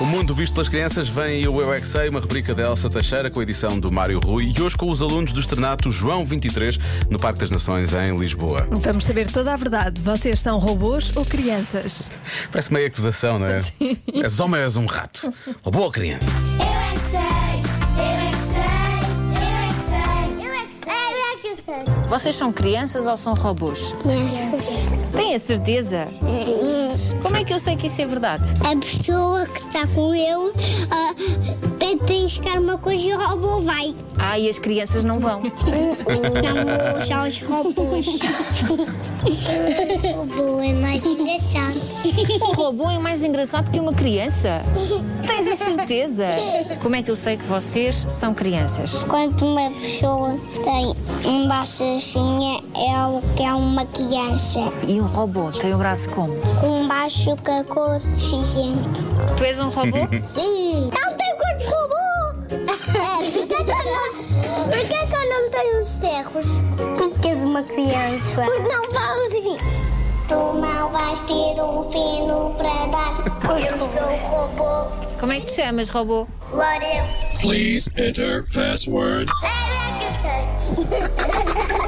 O mundo visto pelas crianças vem o Eu é que Sei, uma rubrica da Elsa Teixeira com a edição do Mário Rui e hoje com os alunos do externato João 23 no Parque das Nações em Lisboa. Vamos saber toda a verdade. Vocês são robôs ou crianças? Parece meio acusação, não é? És homem ou és um rato? Robô ou criança? Eu é que sei, eu é que sei, eu é que sei, eu é que sei, eu é é que sei. Vocês são crianças ou são robôs? Têm a certeza? Como é que eu sei que isso é verdade? A pessoa que está com ele ah, pede para enxergar uma coisa e o robô vai. Ah, e as crianças não vão. Não, já os robôs. O bom é mais engraçado. Um robô é mais engraçado que uma criança. Tens a certeza? Como é que eu sei que vocês são crianças? Quando uma pessoa tem um braço assim, é o que é uma criança. E um robô tem o braço como? Com um baixo com a cor cinzenta. Tu és um robô? Sim! Não tem cor de robô! É, porquê que eu não, porquê que eu não tenho os ferros? Porque és uma criança. Porque não falas assim. Tu não vais ter um fino para dar. Eu sou o robô. Como é que te chamas, robô? Lourenço. Please enter password. Eu é que sei.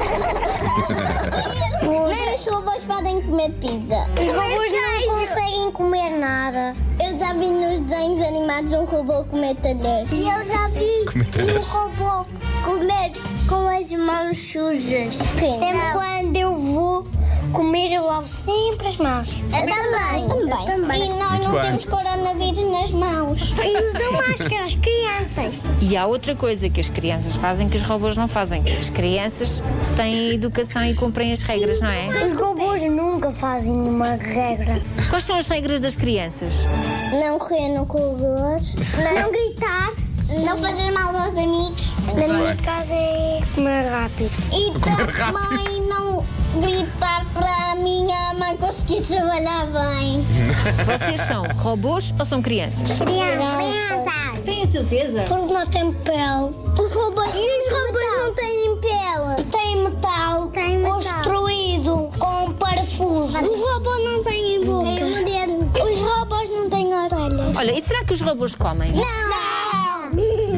Nem os robôs podem comer pizza. Os robôs não é conseguem comer nada. Eu já vi nos desenhos animados um robô comer talheres. E eu já Comer vi um talheres. robô comer com as mãos sujas. Sempre quando eu vou comer, eu lavo sempre as mãos. Eu também. também. E nós Muito não bem. temos coronavírus nas mãos. E usam máscaras, crianças. E há outra coisa que as crianças fazem que os robôs não fazem. As crianças têm educação e cumprem as regras, não é? Os robôs nunca fazem uma regra. Quais são as regras das crianças? Não correr no corredor. Não, gritar. Não fazer mal aos amigos. Na minha bem. casa é comer rápido. E também não gritar para a minha mãe conseguir trabalhar bem. Vocês são robôs ou são crianças? Crianças. Tenho certeza. Porque não tem pele. Os robôs, os robôs não têm pele. Tem metal, construído com um parafuso. Os robôs não têm boca. Os robôs não têm orelhas. Olha, e será que os robôs comem? Não!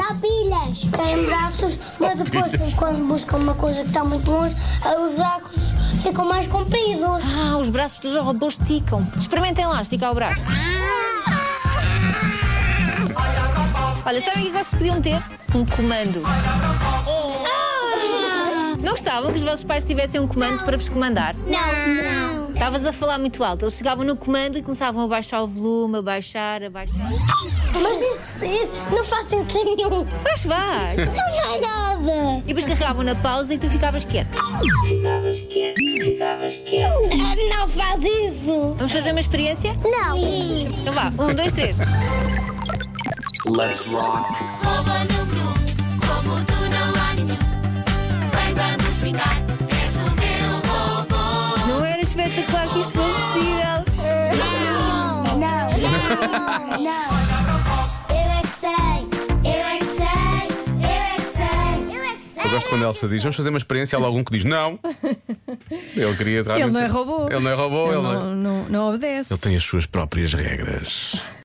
Só pilhas! Têm braços, mas depois, quando buscam uma coisa que está muito longe, os braços ficam mais compridos. Ah, os braços dos robôs esticam. Experimentem lá, esticar o braço. Ah! Olha, sabem o que vocês podiam ter? Um comando. Ah, Não gostavam que os vossos pais tivessem um comando para vos comandar? Não! Estavas a falar muito alto. Eles chegavam no comando e começavam a baixar o volume, a baixar, a baixar. Mas isso isso não faz sentido nenhum! Vais, vai! Não vai nada! E depois carregavam na pausa e tu ficavas quieto. Ah, Não faz isso! Vamos fazer uma experiência? Não! Então vá, um, dois, três. Let's rock. Rouba não Blue, como tu não há nenhum. Vem, vamos brincar, és o meu robô. Não era espetacular que isto fosse possível. Não! Não! Não! Eu é que sei, eu é que sei, eu é que sei, eu é que sei. Eu gosto quando a Elsa diz, vamos fazer uma experiência, há logo um que diz não. Ele queria Ele realmente- não é robô. Ele não é robô, ele, não, não é- não, não obedece. ele tem as suas próprias regras.